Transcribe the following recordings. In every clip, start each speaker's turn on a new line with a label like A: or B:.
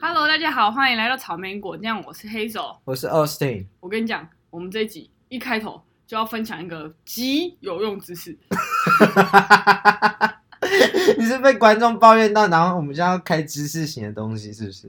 A: 大家好，欢迎来到草莓果酱，我是黑手。
B: 我是 Austin，
A: 我跟你讲，我们这一集一开头就要分享一个极有用知识。
B: 你是被观众抱怨到，然后我们就要开知识型的东西，是不是？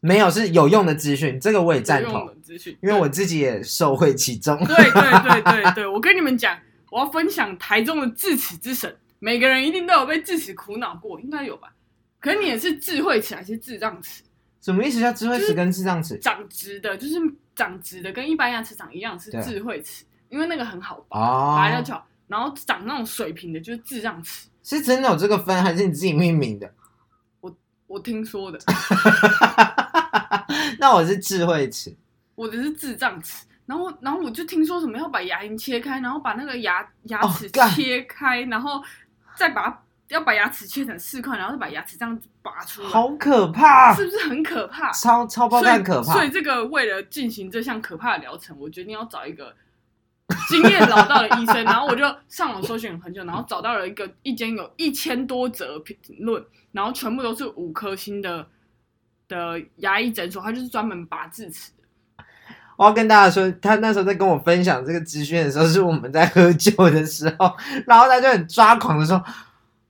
B: 没有，是有用的资讯，这个我也赞
A: 有用
B: 同
A: 的，资讯，
B: 因为我自己也受惠其中。
A: 对对对对对，我跟你们讲，我要分享台中的智齿之神，每个人一定都有被智齿苦恼过，应该有吧？可是你也是智慧齿还是智障齿？
B: 什么意思？叫智慧齿跟智障齿？
A: 长直的，就是长直的，跟一般牙齿长一样是
B: 对
A: 智慧齿，因为那个很好拔，
B: 哦，
A: 拔掉就好。然后长那种水平的，就是智障齿。
B: 是真的有这个分，还是你自己命 名的？
A: 我听说的，
B: 那我是智慧齿，
A: 我的是智障齿。然后，然后我就听说什么要把牙龈切开，然后把那个牙牙
B: 哦
A: 齿
B: 干
A: 切开然后再把它要把牙齿切成四块，然后再把牙齿这样子拔出来，
B: 好可怕，
A: 是不是很可怕？
B: 超超爆
A: 所以
B: 干可
A: 所
B: 怕
A: 以。这个为了进行这项可怕的疗程，我决定要找一个经验老道的医生，然后我就上网搜寻很久，然后找到了一个一间有一千多则评论，然后全部都是五颗星的的牙医诊所，它就是专门拔智齿的。
B: 我要跟大家说，他那时候在跟我分享这个资讯的时候，是我们在喝酒的时候，然后他就很抓狂的说：“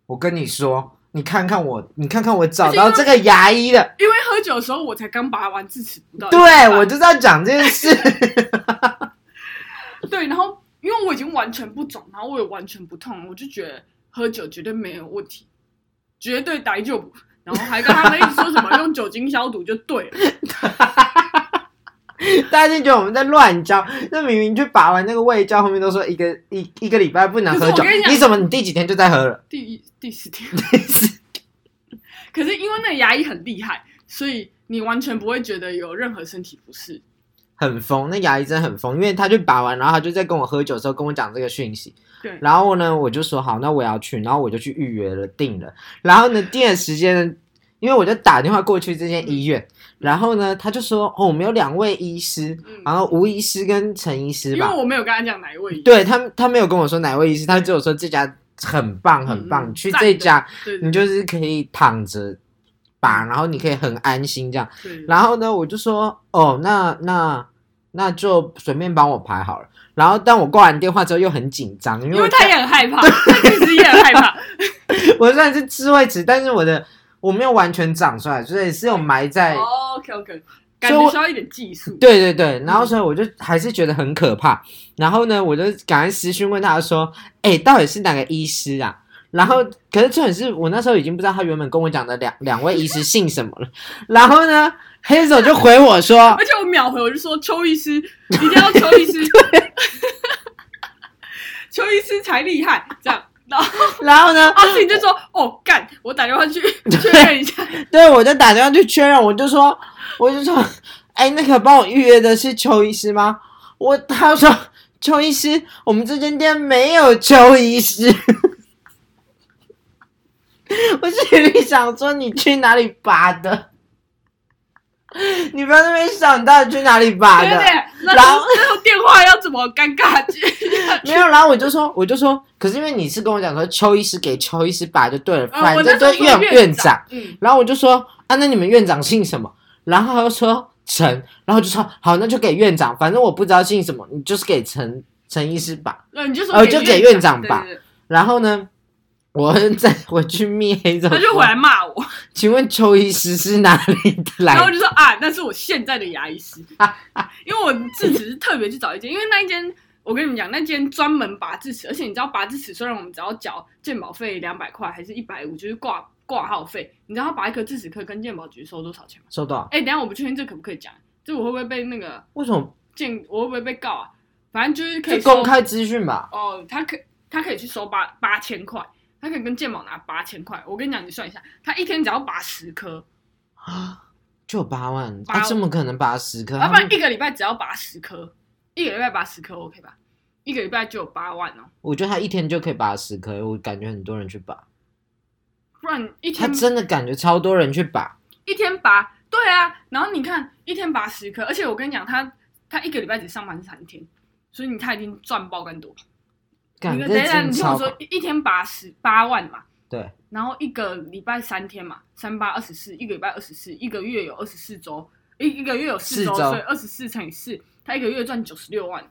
B: 我跟你说，你看看我，你看看我找到这个牙医了。”
A: 因为喝酒的时候我才刚拔完智齿不到一
B: 对
A: 个礼，拜
B: 我就是要讲这件事。
A: 对，然后因为我已经完全不肿，然后我也完全不痛，我就觉得喝酒绝对没有问题，绝对逮就补。然后还跟他们一直说什么用酒精消毒就对 了，
B: 大家就觉得我们在乱教，那明明去拔完那个胃教，后面都说一个一一个礼拜不能喝
A: 可是
B: 酒
A: 我跟你，讲
B: 你怎么你第几天就在喝了？
A: 第一第四 天。可是因为那个牙医很厉害，所以你完全不会觉得有任何身体不适。
B: 很疯，那牙医真的很疯，因为他去拔完，然后他就在跟我喝酒的时候跟我讲这个讯息，
A: 对，
B: 然后呢，我就说好，那我也要去，然后我就去预约了，定了。然后呢，定的时间呢，因为我就打电话过去这间医院，然后呢，他就说哦，我们有两位医师，
A: 嗯
B: 然后吴医师跟陈医师
A: 因
B: 啊吧
A: 为，我没有跟他讲哪一位医
B: 对他他没有跟我说哪位医师，他只有说这家很棒很棒，
A: 嗯
B: 去
A: 赞
B: 这
A: 的
B: 家
A: 对
B: 你就是可以躺着拔，然后你可以很安心这样。
A: 对对
B: 然后呢，我就说哦，那那那就随便帮我排好了。然后，但我挂完电话之后又很紧张，因为
A: 因
B: 我
A: 为他也很害怕，他 其实也很害 怕。
B: 我虽然是智慧齿，但是我的我没有完全长出来，所以是有埋在。
A: OK OK，感哦
B: 所以
A: 觉
B: 我
A: 需要一点技术。
B: 对对对，然后所以我就还是觉得很可怕。然后呢，我就赶快私讯问他说：“哎、到底是哪个医师啊？”然后，可是重点是我那时候已经不知道他原本跟我讲的两两位医师姓什么了。然后呢，黑手就回我说
A: 而且我秒回我就说邱医师一定要邱医师，邱医师才厉害这样。然后：“
B: 然后呢，
A: 阿信就说：“哦，干！我打电话去确认一下。
B: 对我就打电话去确认，我就说，我就说，哎，那个帮我预约的是邱医师吗？”我他说：“邱医师，我们这间店没有邱医师。” 我心里想说：“你去哪里拔的？你不要在那边想，你到底去哪里”拔
A: 对
B: 的
A: 不？对？那
B: 然后
A: 那后电话要怎么尴 尬接下去
B: 没有，然后我就说，我就说，可是因为你是跟我讲说邱医师给邱医师拔就对了，
A: 呃
B: 反
A: 我那
B: 正
A: 时
B: 就
A: 候
B: 是院
A: 说
B: 院长。
A: 嗯，
B: 然后我就说啊，那你们院长姓什么？然后他又说陈，然后我就说好，那就给院长，反正我不知道姓什么，你就是给陈陈医师吧。
A: 那你就说
B: 呃就给院长吧
A: 对对对
B: 然后呢，我再回去灭黑总，
A: 他就回来。骂我，
B: 请问邱医师是哪里来
A: 然后我
B: 的？
A: 就说啊，那是我现在的牙医 师，因为我智齿是特别去找一间，因为那一间我跟你们讲，那间专门拔智齿，而且你知道拔智齿虽然我们只要缴健保费两百块还是一百五，就是挂挂号费，你知道他拔一颗智齿科跟健保局收多少钱吗？
B: 收到？
A: 哎、等一下我不确定这可不可以讲，这我会不会被那个
B: 为什么
A: 健，我会不会被告啊？反正就是可
B: 就
A: 以收
B: 公开资讯吧？
A: 哦，他可他可以去收八八千块，他可以跟健保拿八千块。我跟你讲，你算一下，他一天只要拔十颗，
B: 就有八万，
A: 八
B: 他、
A: 万
B: 怎么可能拔十颗？
A: 要
B: 啊他
A: 啊不然
B: 们
A: 一个礼拜只要拔十颗，一个礼拜拔十颗 OK 吧？一个礼拜就有八万哦，
B: 我觉得他一天就可以拔十颗，我感觉很多人去拔，
A: 不然一
B: 他
A: 天
B: 真的感觉超多人去拔，
A: 一天拔，对啊，然后你看一天拔十颗，而且我跟你讲，他他一个礼拜只上班三天，所以你他已经赚爆更多。
B: 感
A: 你
B: 觉
A: 等一下，
B: 真
A: 你
B: 的
A: 听我
B: 超
A: 说，一一天拔十八万嘛，
B: 对，
A: 然后一个礼拜三天嘛，三八二十四，一个礼拜二十四，一个月有二十四周，一一个月有四周，
B: 四周
A: 所以二十四乘以四，他一个月赚九十六 万，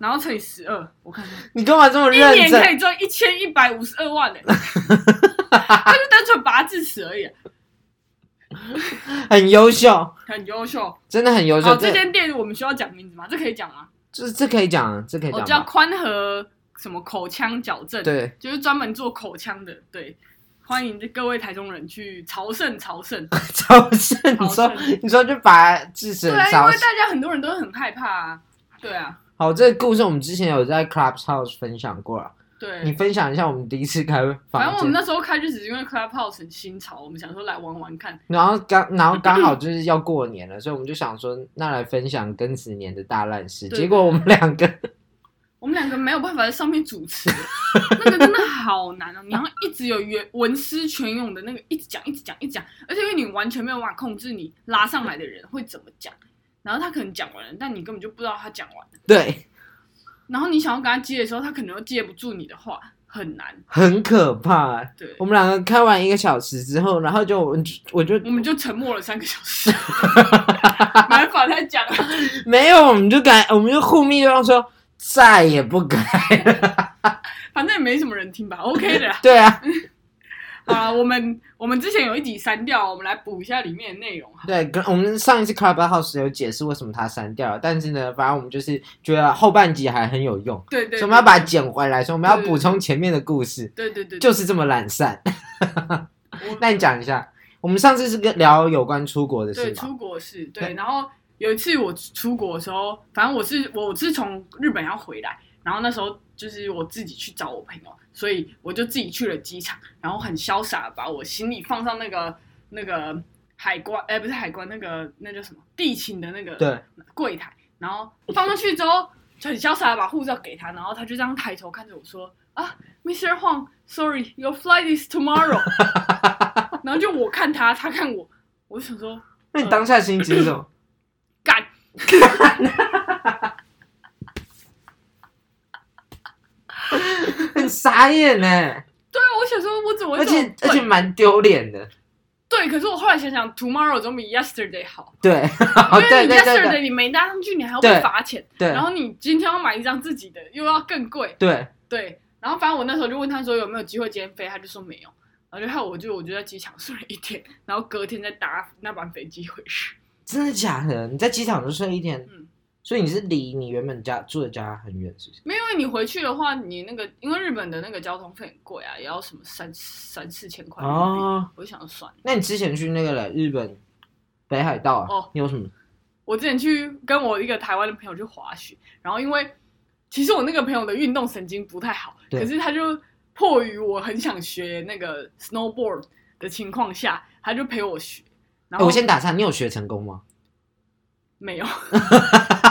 A: 然后乘以十二，我看看，
B: 你干嘛这么
A: 一
B: 认
A: 年可
B: 真？
A: 以赚一千一百五十二 万呢、他就单纯拔智齿而已、啊
B: 很优秀，
A: 很优秀。
B: 真的很优秀。
A: 哦好，这间店我们需要讲名字吗？这可以讲吗？
B: 这这可以讲啊，这可以
A: 我
B: 讲
A: 叫
B: 吧。
A: 宽和什么口腔矫正，
B: 对，
A: 就是专门做口腔的，对。欢迎各位台中人去朝圣朝 圣，
B: 超市，你说
A: 朝圣
B: 你说就把智齿
A: 对啊，因
B: 超
A: 为大家很多人都很害怕啊，对啊，
B: 好，这个故事我们之前有在 Clubhouse 分享过了，
A: 对，
B: 你分享一下我们第一次开
A: 反正
B: 房
A: 我们
B: 间，
A: 那时候开就只是因为 Clubhouse 很新潮，我们想说来玩玩看，
B: 然后刚然后刚好就是要过年了，所以我们就想说，那来分享庚子年的大烂事。
A: 对
B: 结果我们两个
A: 我们两个没有办法在上面主持， 那个真的好难哦、你要一直有原文思泉涌的那个，一直讲，一直讲，一直讲，而且因为你完全没有办法控制你拉上来的人会怎么讲，然后他可能讲完了，但你根本就不知道他讲完了，
B: 对
A: 然后你想要跟他接的时候，他可能又接不住你的话，很难。
B: 很可怕。
A: 对
B: 我，们两个开完一个小时之后，然后就我就我就
A: 我们就沉默了三个小 时，没办法再讲了。
B: 没有，我们就改，我们就互密对方说再也不改。
A: 反正也没什么人听吧，OK 的啦。
B: 对啊，
A: 啊，我们我们之前有一集删掉，我们来补一下里面的内容哈。
B: 对，跟我们上一次 Clubhouse 有解释为什么它删掉了，但是呢，反正我们就是觉得后半集还很有用，
A: 对对对
B: 所以我们要把它捡回来，所以我们要
A: 对
B: 补充前面的故事，
A: 对对嗯对，对
B: 就是这么懒散。
A: 我
B: 那你讲一下，我们上次是跟聊有关出国的
A: 对
B: 事吗？
A: 出国是对，
B: 对
A: 然后有一次我出国的时候，反正我是我是从日本要回来，然后那时候就是我自己去找我朋友，所以我就自己去了机场，然后很潇洒地把我行李放上那个那个海关，哎、不是海关，那个那叫什么地勤的那个
B: 对，
A: 柜台，然后放上去之后，就很潇洒的把护照给他，然后他就这样抬头看着我说：“啊，Mr. Huang，sorry，your flight is tomorrow。”然后就我看他，他看我，我就想说
B: 那你当下心情是什么？
A: 干，
B: 很傻眼呢、
A: 对啊，我想说我怎么会
B: 而
A: 这么
B: 且而且
A: 笨
B: 蛮丢脸的。
A: 对，可是我后来想想，tomorrow 总比 yesterday 好，
B: 对，哦
A: 因 为
B: 对
A: 你
B: 对对对
A: yesterday 你没搭上去，你还要被
B: 对
A: 罚钱，
B: 对
A: 然后你今天要买一张自己的，又要更贵，
B: 对，
A: 对，然后反正我那时候就问他说有没有机会今天飞，他就说没有，然后就害我就我就在机场睡了一天，然后隔天再搭那班飞机回去。
B: 真的假的？你在机场就睡一天，
A: 嗯
B: 所以你是离你原本家住的家很远，是不是？
A: 没有，因为你回去的话，你那个因为日本的那个交通费很贵啊，也要什么三三四千块。哦，
B: 哦，
A: 我就想算了，
B: 那你之前去那个嘞日本北海道啊，
A: 哦
B: 你有什么？
A: 我之前去跟我一个台湾的朋友去滑雪，然后因为其实我那个朋友的运动神经不太好，
B: 对
A: 可是他就迫于我很想学那个 snowboard 的情况下，他就陪我学。然
B: 哎
A: 后
B: 我先打岔，你有学成功吗？
A: 没有。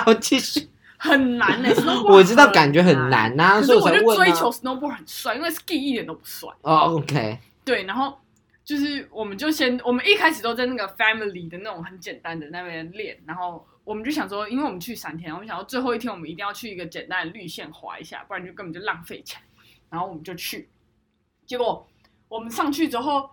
B: 我继续，
A: 很难 呢、snowboard
B: 我知道感觉
A: 很
B: 很难
A: 可
B: 呐、
A: 是
B: 所以
A: 我
B: 才
A: 就
B: 问、啊。
A: 追求 snowboard 很帅，因为 ski 一点都不帅。
B: 哦，OK，
A: 对，然后就是我们就先，我们一开始都在那个 family 的那种很简单的那边练，然后我们就想说，因为我们去三天，我们想要最后一天我们一定要去一个简单的绿线滑一下，不然就根本就浪费钱。然后我们就去，结果我们上去之后，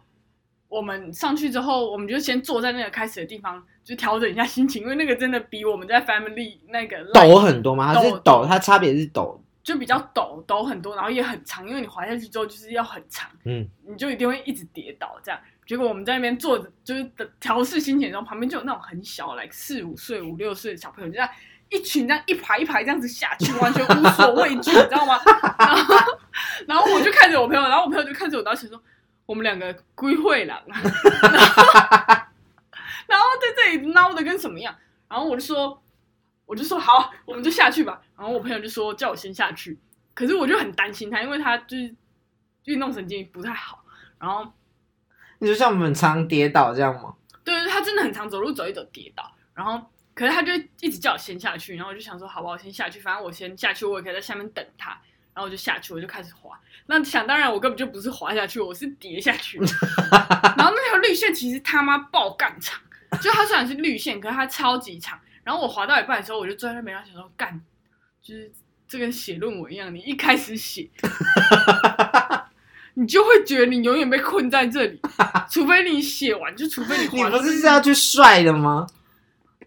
A: 我们上去之后，我们就先坐在那个开始的地方，就调整一下心情，因为那个真的比我们在 family 那个 line
B: 抖很多吗？它是
A: 抖
B: 抖，它差别是抖。
A: 就比较陡，陡很多，然后也很长，因为你滑下去之后就是要很长，
B: 嗯，
A: 你就一定会一直跌倒这样。结果我们在那边坐着，就是等调试心情的时候，旁边就有那种很小，来四五岁、五六岁的小朋友，就在一群这样一排一排这样子下去，完全无所畏惧，你知道吗？ 然后，然后我就看着我朋友，然后我朋友就看着我，然后想说我们两个归会 狼啊，然后然后在这里闹得跟什么样？然后我就说，我就说好，我们就下去吧。然后我朋友就说叫我先下去，可是我就很担心他，因为他就是运动神经不太好，然后
B: 你就像我们常跌倒这样吗？
A: 对对，他真的很常走路走一走跌倒，然后可是他就一直叫我先下去，然后我就想说好吧，我先下去，反正我先下去，我也可以在下面等他。然后我就下去，我就开始滑。那想当然，我根本就不是滑下去，我是跌下去。 然后那条绿线其实他妈爆干长，就它虽然是绿线，可是它超级长。然后我滑到一半的时候，我就坐在那边，然后想说干，就是这跟写论文一样，你一开始写， 你就会觉得你永远被困在这里，除非你写完，就除非你
B: 你
A: 划
B: 不
A: 到
B: 是要去帅的吗？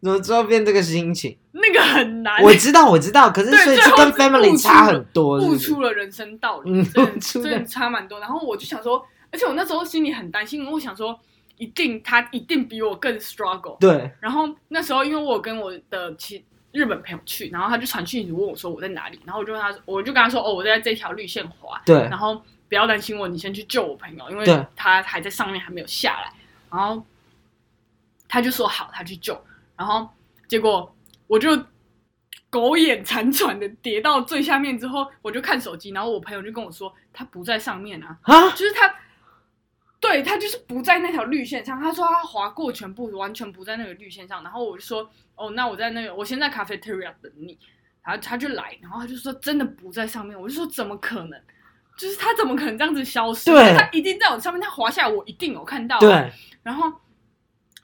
B: 怎么之后变这个心情？
A: 那个很难，
B: 我知道，我知道，可是
A: 对
B: 所以
A: 最
B: 就
A: 后
B: 跟
A: 是悟
B: family
A: 出
B: 差
A: 了
B: 很多，是
A: 悟
B: 不是
A: 出了人生道理，
B: 嗯
A: 真的
B: 悟出了
A: 真的差蛮多。然后我就想说，而且我那时候心里很担心，因为我想说，一定他一定比我更 struggle。
B: 对，
A: 然后那时候因为我有跟我的其日本朋友去，然后他就传讯息问我说我在哪里，然后我就跟他说，我就跟他说哦我在这条绿线滑，
B: 对
A: 然后不要担心我，你先去救我朋友，因
B: 对
A: 为他还在上面还没有下来。然后他就说好，他去救，然后结果我就苟延残喘的跌到最下面之后，我就看手机，然后我朋友就跟我说他不在上面啊，
B: 啊，
A: 就是他，对他就是不在那条绿线上。他说他划过全部，完全不在那个绿线上。然后我就说，哦，那我在那个，我先在 cafeteria 等你。然后他就来，然后他就说真的不在上面。我就说怎么可能？就是他怎么可能这样子消失？
B: 对
A: 他一定在我上面，他滑下来，我一定有看到、啊。
B: 对，
A: 然后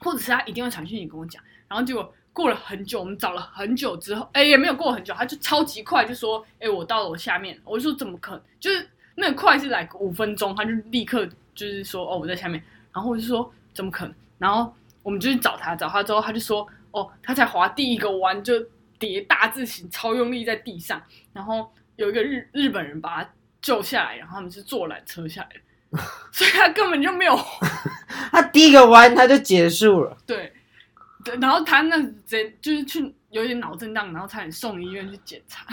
A: 或者是他一定会传讯息跟我讲，然后结果过了很久，我们找了很久之后，哎，也没有过很久，他就超级快就说，哎，我到了我下面了，我就说怎么可能，就是那个快是来五分钟，他就立刻就是说，哦，我在下面，然后我就说怎么可能，然后我们就去找他，找他之后他就说，哦，他才滑第一个弯就叠大字形，超用力在地上，然后有一个日日本人把他救下来，然后他们是坐缆车下来的，所以他根本就没有
B: 他第一个弯他就结束了，
A: 对，对然后他那直接就是去有点脑震荡，然后差点送医院去检查。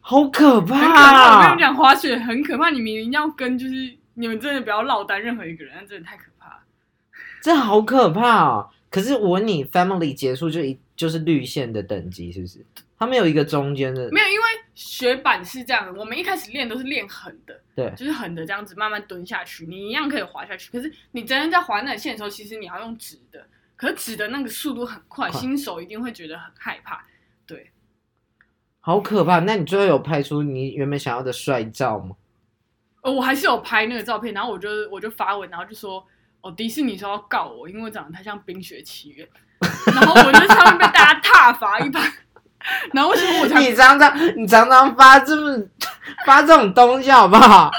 B: 好
A: 很
B: 可
A: 可怕！我跟
B: 怕
A: 你！讲，滑雪很可怕，你明明要跟，就是你们真的不要落单任何一个人，那真的太可怕了。
B: 这好可怕哦。可是我问你 family 结束就一就是绿线的等级是不是？他们有一个中间的
A: 没有，因为雪板是这样的，我们一开始练都是练狠的，
B: 对
A: 就是狠的这样子慢慢蹲下去，你一样可以滑下去。可是你真的在滑那个线的时候，其实你要用直的，可是直的那个速度很快，
B: 快
A: 新手一定会觉得很害怕。
B: 好可怕。那你最后有拍出你原本想要的帅照 吗？
A: 呃，我还是有拍那个照片，然后我就我就发文，然后就说，哦，迪士尼说要告我，因为我长得太像《冰雪奇缘》，然后我就上面被大家挞伐一番，然后为什么我才
B: 你常常你常常发这么发这种东西好不 好？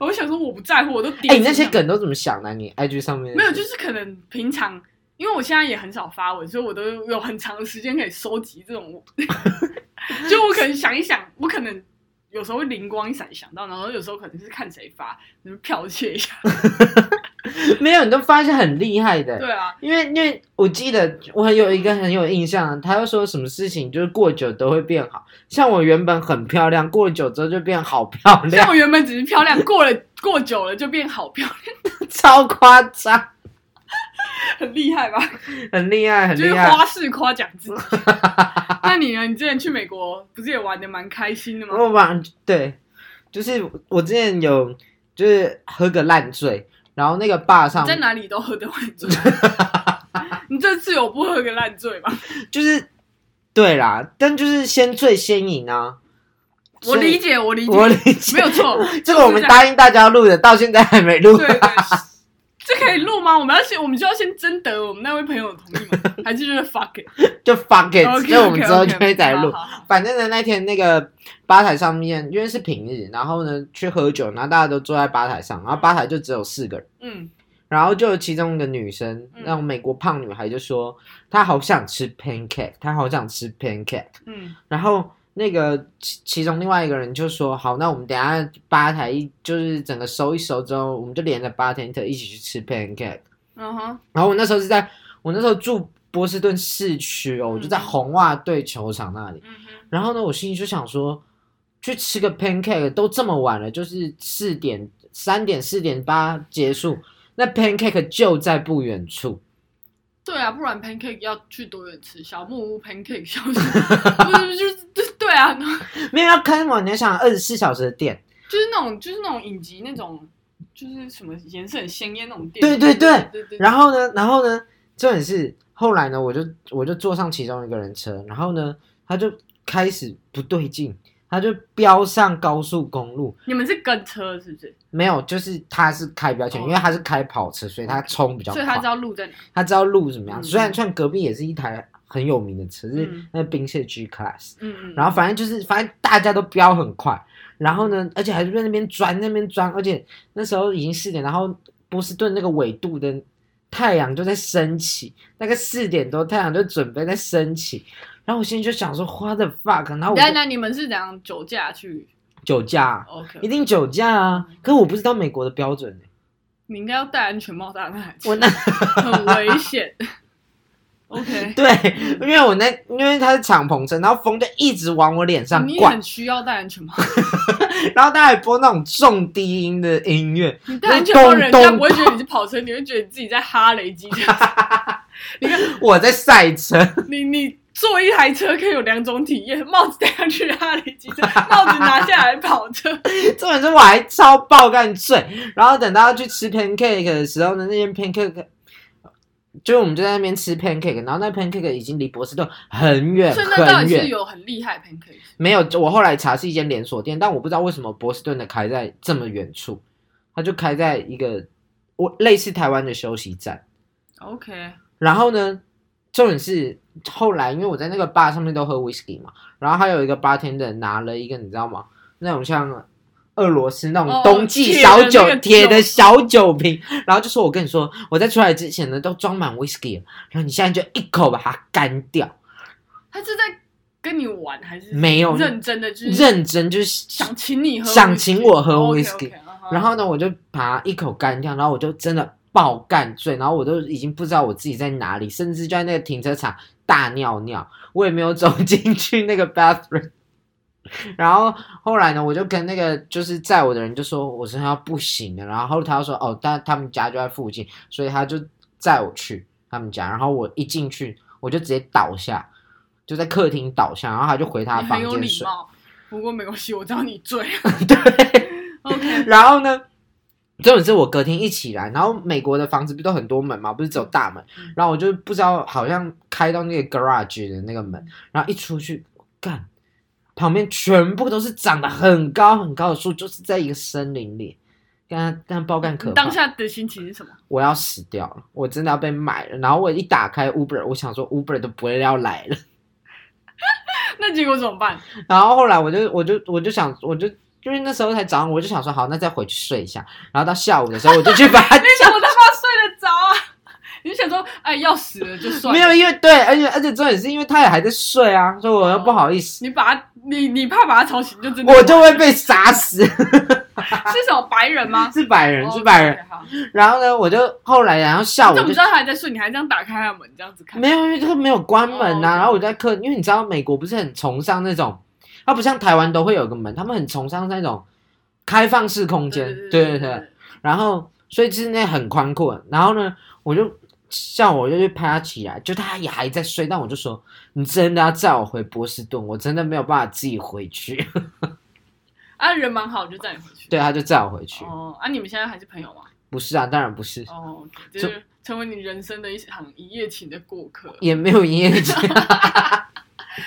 A: 我想说我不在乎，我都哎
B: 哎、你那些梗都怎么想的、你 IG 上面
A: 没有，就是可能平常，因为我现在也很少发文，所以我都有很长的时间可以收集这种， 就我可能想一想，我可能。有时候会灵光一闪想到，然后有时候可能是看谁发，就是剽窃一下。
B: 没有，你都发一些很厉害的、
A: 对啊，
B: 因为因为我记得我有一个很有印象，他又说什么事情就是过久都会变好，像我原本很漂亮，过久之后就变好漂
A: 像
B: 亮，
A: 我原本只是漂亮，过了过久了就变好漂亮。
B: 超夸张，
A: 很厉害吧？
B: 很厉害，很
A: 就
B: 厉
A: 是
B: 害。
A: 花式夸奖自己。 那你呢？你之前去美国不是也玩的蛮开心的吗？
B: 我晚对，就是我之前有就是喝个烂醉，然后那个坝上
A: 你在哪里都喝得烂醉， 你这次有不喝个烂醉吗？
B: 就是对啦，但就是先醉先赢啊。
A: 我
B: 所以
A: 理解，我理解，
B: 我理解
A: 没有错。
B: 这个我们答应大家录的，到现在还没录。
A: 对对，这可以录吗？我们要先，我们就要先征得我们那位朋友的同意 吗？还是就是 fuck it？
B: 就 fuck it，
A: OK，
B: 所以我们之后
A: OK，OK，
B: 就会再录
A: 好好好。
B: 反正呢，那天那个吧台上面，因为是平日，然后呢去喝酒，然后大家都坐在吧台上，然后吧台就只有四个人，
A: 嗯，
B: 然后就有其中一个女生，
A: 嗯
B: 那种美国胖女孩就说她好想吃 pancake，她好想吃 pancake，
A: 嗯，
B: 然后。那个其其中另外一个人就说：“好，那我们等一下吧台一就是整个收一收之后，我们就连着 bartender 一起去吃 pancake。”
A: 嗯哼，
B: 然后我那时候是在我那时候住波士顿市区哦，我就在
A: 嗯
B: 红袜队球场那里。
A: 嗯哼，
B: 然后呢，我心里就想说，去吃个 pancake 都这么晚了，就是四点、三点、四点八结束，那 pancake 就在不远处。
A: 对啊，不然 pancake 要去多远吃？小木屋 pancake 消失，不是，就是就是对啊，
B: 没有要开门，你要想二十四小时的店，
A: 就是那种就是那种影集那种，就是什么颜色很鲜艳那种店。
B: 对对对
A: 对对。
B: 然
A: 后
B: 后呢，然后呢，重点是后来呢，我就我就坐上其中一个人车，然后呢，他就开始不对劲，他就飙上高速公路，
A: 你们是跟车是不是？
B: 没有，就是他是开标前，
A: 哦
B: 因为他是开跑车，所以他冲比较
A: 所
B: 快，
A: 以他知道路在哪。
B: 他知道路怎么样。
A: 嗯
B: 虽然虽然隔壁也是一台很有名的车，是
A: 嗯
B: 那个宾士 G Class，
A: 嗯嗯。
B: 然后反正就是反正大家都飙很快，然后
A: 嗯
B: 呢，而且还是在那边钻那边钻，而且那时候已经四点，然后波士顿那个纬度的太阳就在升起，大概四点多太阳就准备在升起，然后我心里就想说花的 fuck，然后我就
A: 那那你们是怎样酒驾去
B: 酒驾，啊一
A: ？OK，
B: 定酒驾啊！可是我不知道美国的标准、欸
A: 你应该要戴安全帽到那里去，
B: 我那
A: 很危险。OK，
B: 对，因为我那因为它是敞篷车，然后风就一直往我脸上
A: 你也
B: 灌
A: 很，需要戴安全帽，
B: 然后它还播那种重低音的音乐，
A: 你戴安全帽人家不会觉得你是跑车，你会觉得你自己在哈雷机车。你看，
B: 我在赛车，
A: 你你坐一台车可以有两种体验：帽子戴上去哈雷机车，帽子拿下来跑车。
B: 重点是我还超爆干醉，然后等到去吃 pancake 的时候呢，那间 pancake 就我们就在那边吃 pancake，然后那 pancake 已经离波士顿很远
A: 所以那到
B: 很
A: 底是
B: 远，
A: 有很厉害 pancake，
B: 没有我后来查是一间连锁店，但我不知道为什么波士顿的开在这么远处，它就开在一个我类似台湾的休息站。
A: OK，
B: 然后呢，重点是后来因为我在那个吧上面都喝 whisky 嘛，然后还有一个 bartender 拿了一个你知道吗？那种像俄罗斯那
A: 哦
B: 种冬季
A: 铁的
B: 小
A: 那
B: 酒、
A: 个
B: 铁的
A: 酒
B: 小酒瓶，然后就说：“我跟你说，我在出来之前呢都装满 whisky 了，然后你现在就一口把它干掉，
A: 他是在跟你玩还是
B: 没有
A: 认真的？就是
B: 认真就
A: 嗯
B: 是
A: 想请你喝，
B: 想请我喝 whisky，然
A: 然
B: 后呢，我就把它一口干掉，然后我就真的爆干醉，然后我都已经不知道我自己在哪里，甚至就在那个停车场大尿尿，我也没有走 进去那个 bathroom。然后后来呢，我就跟那个就是载我的人就说我身上不行了，然后他就说哦，但他们家就在附近，所以他就载我去他们家，然后我一进去我就直接倒下，就在客厅倒下，然后他就回他
A: 你
B: 房
A: 很有
B: 间
A: 礼
B: 睡。
A: 貌，不过没关系，我知道你醉。
B: 对。
A: OK，
B: 然后呢，重点是我隔天一起来，然后美国的房子不是都很多门嘛，不是只有大门
A: 嗯，
B: 然后我就不知道好像开到那个 garage 的那个
A: 嗯
B: 门，然后一出去，干，旁边全部都是长得很高很高的树，就是在一个森林里。但但包干可
A: 你
B: 怕
A: 当，下的心情是什么？
B: 我要死掉了，我真的要被买了。然后我一打开 Uber，我想说 Uber 都不会要来了。
A: 那结果怎么办？
B: 然后后来我就我就我就想我就因为那时候才早上，我就想说好，那再回去睡一下。然后到下午的时候，我就去把 它
A: 你怎么他妈睡得着啊？你就想说，哎，要死了就算了。
B: 没有，因为对，而且而且重点是因为他也还在睡啊，所以我又
A: 哦
B: 不好意思，
A: 你把他，你你怕把他吵醒，就真的
B: 我就会被杀死。
A: 是什么白人吗？
B: 是白人，是白人。
A: 哦，OK，好
B: 然后呢，我就后来，啊然后下午
A: 你怎么
B: 就
A: 知道他还在睡？你还这样打开他的门这样子看？
B: 没有，因为这个没有关门呐、
A: 哦
B: 然后我在客，因为你知道美国不是很崇尚那种，它不像台湾都会有个门，他们很崇尚那种开放式空间。对对对。然后所以就是那很宽阔。然后呢，我就像我就去拍他起来，就他也还在睡，但我就说你真的要载我回波士顿，我真的没有办法自己回去。
A: 啊，人蛮好，就载你回去。
B: 对，他就载我回去。
A: 哦，啊，你们现在还是朋友吗？
B: 不是啊，当然不是，
A: 哦，就是成为你人生的一场一夜情的过客。
B: 也没有营业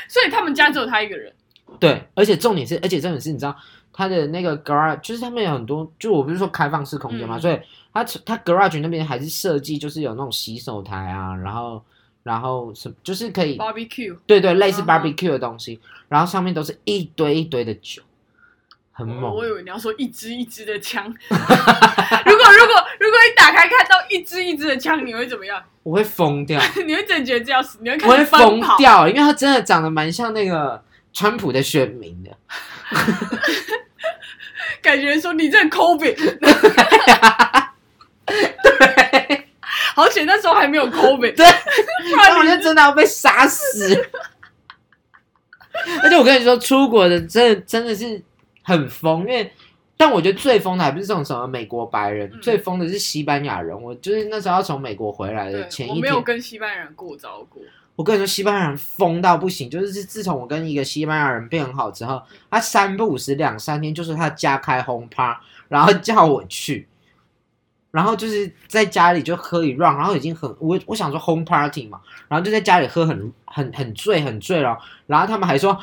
A: 所以他们家只有他一个人。
B: 对，而且重点是，而且重点是，你知道他的那个 garage，就是他们有很多，就我不是说开放式空间嘛，
A: 嗯
B: 所以他他 garage 那边还是设计，就是有那种洗手台啊，然后然后什么，就是可以
A: Barbecue，
B: 对对，类似
A: 嗯
B: barbecue 的东西，然后上面都是一堆一堆的酒，很
A: 我
B: 猛
A: 哦我。以为你要说一支一支的枪。 如果如果如果你打开看到一支一支的枪，你会怎么样？
B: 我会疯掉，
A: 你会真的觉得这要死？你会
B: 我
A: 开
B: 会
A: 始奔
B: 疯
A: 跑？
B: 掉，因为他真的长得蛮像那个川普的选民的。
A: 感觉说你这 COVID。对。好险，那时候还没有 COVID，
B: 对，
A: 不
B: 那我
A: 然
B: 就
A: 你
B: 真的要被杀死。 而且我跟你说，出国的真的真的是很疯，因为但我觉得最疯的还不是这种什么美国白人，
A: 嗯
B: 最疯的是西班牙人。我就是那时候要从美国回来的呃前
A: 对我
B: 一
A: 没
B: 天，
A: 有
B: 我
A: 跟西班牙人过招过。
B: 跟你说，西班牙人疯到不行。就是自从我跟一个西班牙人变很好之后，他三不五时两三天就是他家开轰趴，然后叫我去。然后就是在家里就喝一 round，然后已经很我我想说 home party 嘛，然后就在家里喝很很很醉很醉了，然后他们还说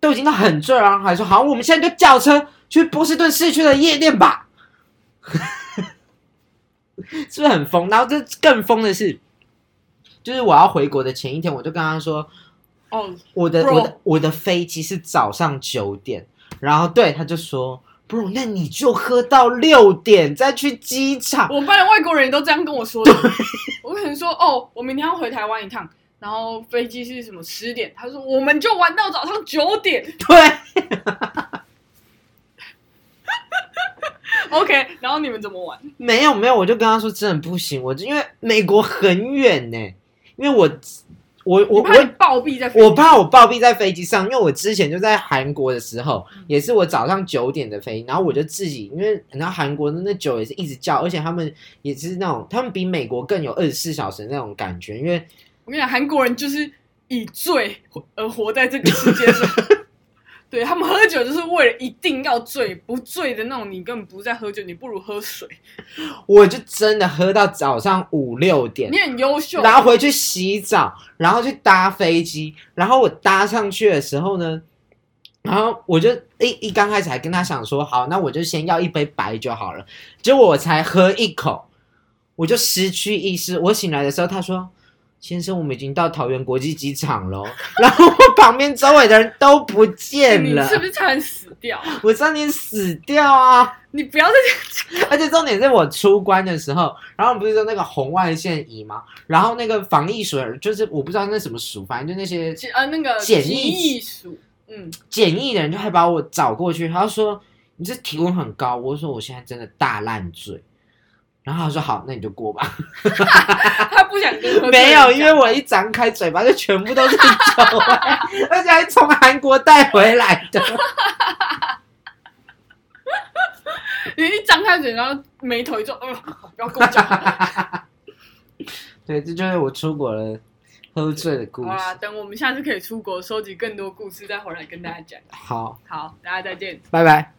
B: 都已经到很醉了，然后还说好，我们现在就叫车去波士顿市区的夜店吧， 是不是很疯？然后这更疯的是，就是我要回国的前一天，我就跟他说
A: 哦，
B: 我的
A: Bro
B: 我的我的飞机是早上九点，然后对他就说，bro，那你就喝到六点再去机场。
A: 我班的外国人也都这样跟我说的。我可能说哦，我明天要回台湾一趟，然后飞机是什么十点，他说我们就玩到早上九点。
B: 对，
A: OK，然后你们怎么玩？
B: 没有没有，我就跟他说真的不行，我就因为美国很远呢，因为我我我
A: 你怕
B: 我
A: 你暴毙在飞
B: 我怕我暴毙在飞机上，因为我之前就在韩国的时候，也是我早上九点的飞，然后我就自己，因为你知道韩国的那酒也是一直叫，而且他们也是那种，他们比美国更有二十四小时的那种感觉，因为
A: 我跟你讲，韩国人就是以醉而活在这个世界上。 对他们喝酒就是为了一定要醉，不醉的那种你根本不在喝酒，你不如喝水。
B: 我就真的喝到早上五六点
A: 你，很优秀，
B: 然后回去洗澡，然后去搭飞机，然后我搭上去的时候呢，然后我就一一刚开始还跟他想说，好，那我就先要一杯白酒好了，结果我才喝一口，我就失去意识。我醒来的时候，他说。先生，我们已经到桃园国际机场喽，然后我旁边周围的人都不 见
A: 你
B: 了，
A: 是不是差点死掉？
B: 我差点死掉啊！
A: 你不要再
B: 而且重点是我出关的时候，然后不是说那个红外线仪吗？然后那个防疫署就是我不知道那什么署，反正就那些
A: 这呃那个
B: 简易
A: 艺术，嗯，
B: 检疫的人就还把我找过去，他就说你这体温很高，我就说我现在真的大烂醉。然后他说好，那你就过吧。
A: 他不想跟喝醉
B: 没
A: 人
B: 有，因为
A: 讲
B: 我一张开嘴巴就全部都是酒、哎而且还从韩国带回来的。
A: 你一张开嘴，然后眉头一皱，嗯、不要跟我 讲话。
B: 对，这就是我出国了喝醉的故
A: 好啦，
B: 事。
A: 等我们下次可以出国，收集更多故事再回来跟大家讲。
B: 好，
A: 好，大家再见。
B: 拜拜。